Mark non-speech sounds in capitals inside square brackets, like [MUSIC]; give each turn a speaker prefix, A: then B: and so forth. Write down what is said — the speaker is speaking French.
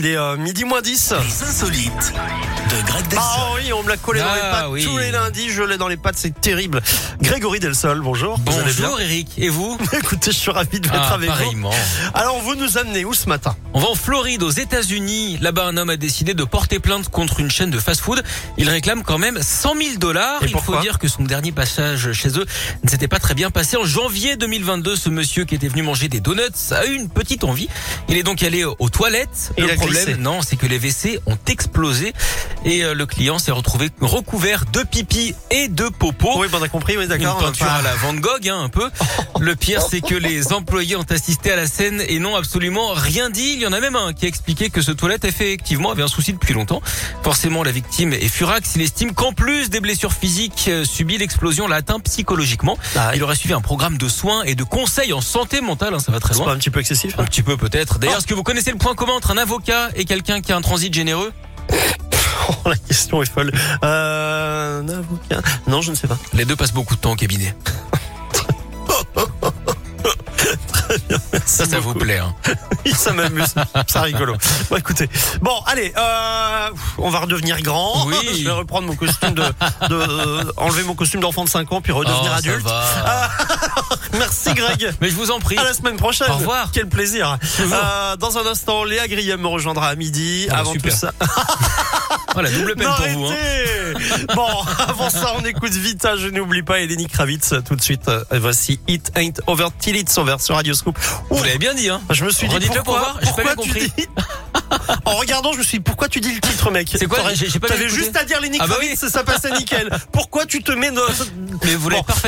A: Il est euh, midi moins 10.
B: Les insolites de Greg Delsol.
A: Ah oui, on me l'a collé dans les
C: Ah
A: pattes
C: oui.
A: tous les lundis, je l'ai dans les pattes, c'est terrible. Grégory Delsol, bonjour. Vous allez bien Ah,
C: Bonjour Eric, et vous
A: [LAUGHS] Écoutez, je suis ravi de vous être
C: Ah,
A: avec vous.
C: pareillement.
A: Alors, vous nous amenez où ce matin
C: On va en Floride, aux États-Unis. Là-bas, un homme a décidé de porter plainte contre une chaîne de fast-food. Il réclame quand même 100 000 dollars.
A: Et
C: Il faut
A: pourquoi
C: dire que son dernier passage chez eux ne s'était pas très bien passé. En janvier 2022, ce monsieur qui était venu manger des donuts a eu une petite envie. Il est donc allé aux toilettes.
A: Et il
C: le
A: a
C: problème,
A: glissé.
C: non, c'est que les WC ont explosé et euh, le client s'est retrouvé recouvert de pipi et de popo.
A: Oui, ben, on a compris, oui,
C: Une
A: d'accord. on va
C: peinture
A: pas-
C: à la Van Gogh, hein, un peu. Le pire, c'est que les employés ont assisté à la scène et n'ont absolument rien dit. Il y en a même un qui a expliqué que ce toilette, effectivement, avait un souci depuis longtemps. Forcément, la victime est furax. Il estime qu'en plus des blessures physiques euh, subies, l'explosion l'a atteint psychologiquement.
A: Ah,
C: Il aurait suivi un programme de soins et de conseils en santé mentale. hein, ça va très
A: C'est pas
C: loin.
A: un petit peu excessif
C: Un
A: hein [LAUGHS]
C: petit peu, peut-être. D'ailleurs, est-ce que vous connaissez le point commun entre un avocat et quelqu'un qui a un transit généreux?
A: La question est folle. Euh, un avocat Non, je ne sais pas.
C: Les deux passent beaucoup de temps au cabinet. Ça, ça vous
A: beaucoup. [LAUGHS]
C: plaît, hein.
A: Ça m'amuse, ça rigolo. Bon, écoutez. Bon, allez, euh, on va redevenir grand.
C: Oui.
A: [LAUGHS] Je vais reprendre mon costume de, de euh, enlever mon costume d'enfant de 5 ans puis redevenir
C: Oh, ça
A: adulte.
C: va.
A: Merci Greg.
C: Mais je vous en prie.
A: À la semaine prochaine.
C: Au revoir.
A: Quel plaisir.
C: Toujours.
A: Euh, dans un instant, Léa Grillem me rejoindra à midi.
C: Ah,
A: avant
C: super.
A: tout ça.
C: Oh, la double peine pour vous. hein.
A: Arrêtez Bon, [LAUGHS] avant ça, on écoute Vita, je n'oublie pas, Eleni Kravitz. Tout de suite, euh, voici It Ain't Over Till It's Over sur Radio Scoop. Ouh,
C: Vous l'avez bien dit, hein.
A: je me suis dit,
C: Redites-le pour
A: pourquoi,
C: voir, j'ai pas
A: pourquoi
C: bien
A: tu
C: compris.
A: dis... En regardant, je me suis dit, pourquoi tu dis le titre, mec
C: C'est quoi
A: T'aurais-
C: J'ai- j'ai pas bien
A: T'avais
C: écouté.
A: juste à dire Lenny
C: Ah bah
A: Kravitz, ça passait nickel. Pourquoi tu te mets... dans-
C: Mais vous l'avez
A: Bon.
C: parfaitement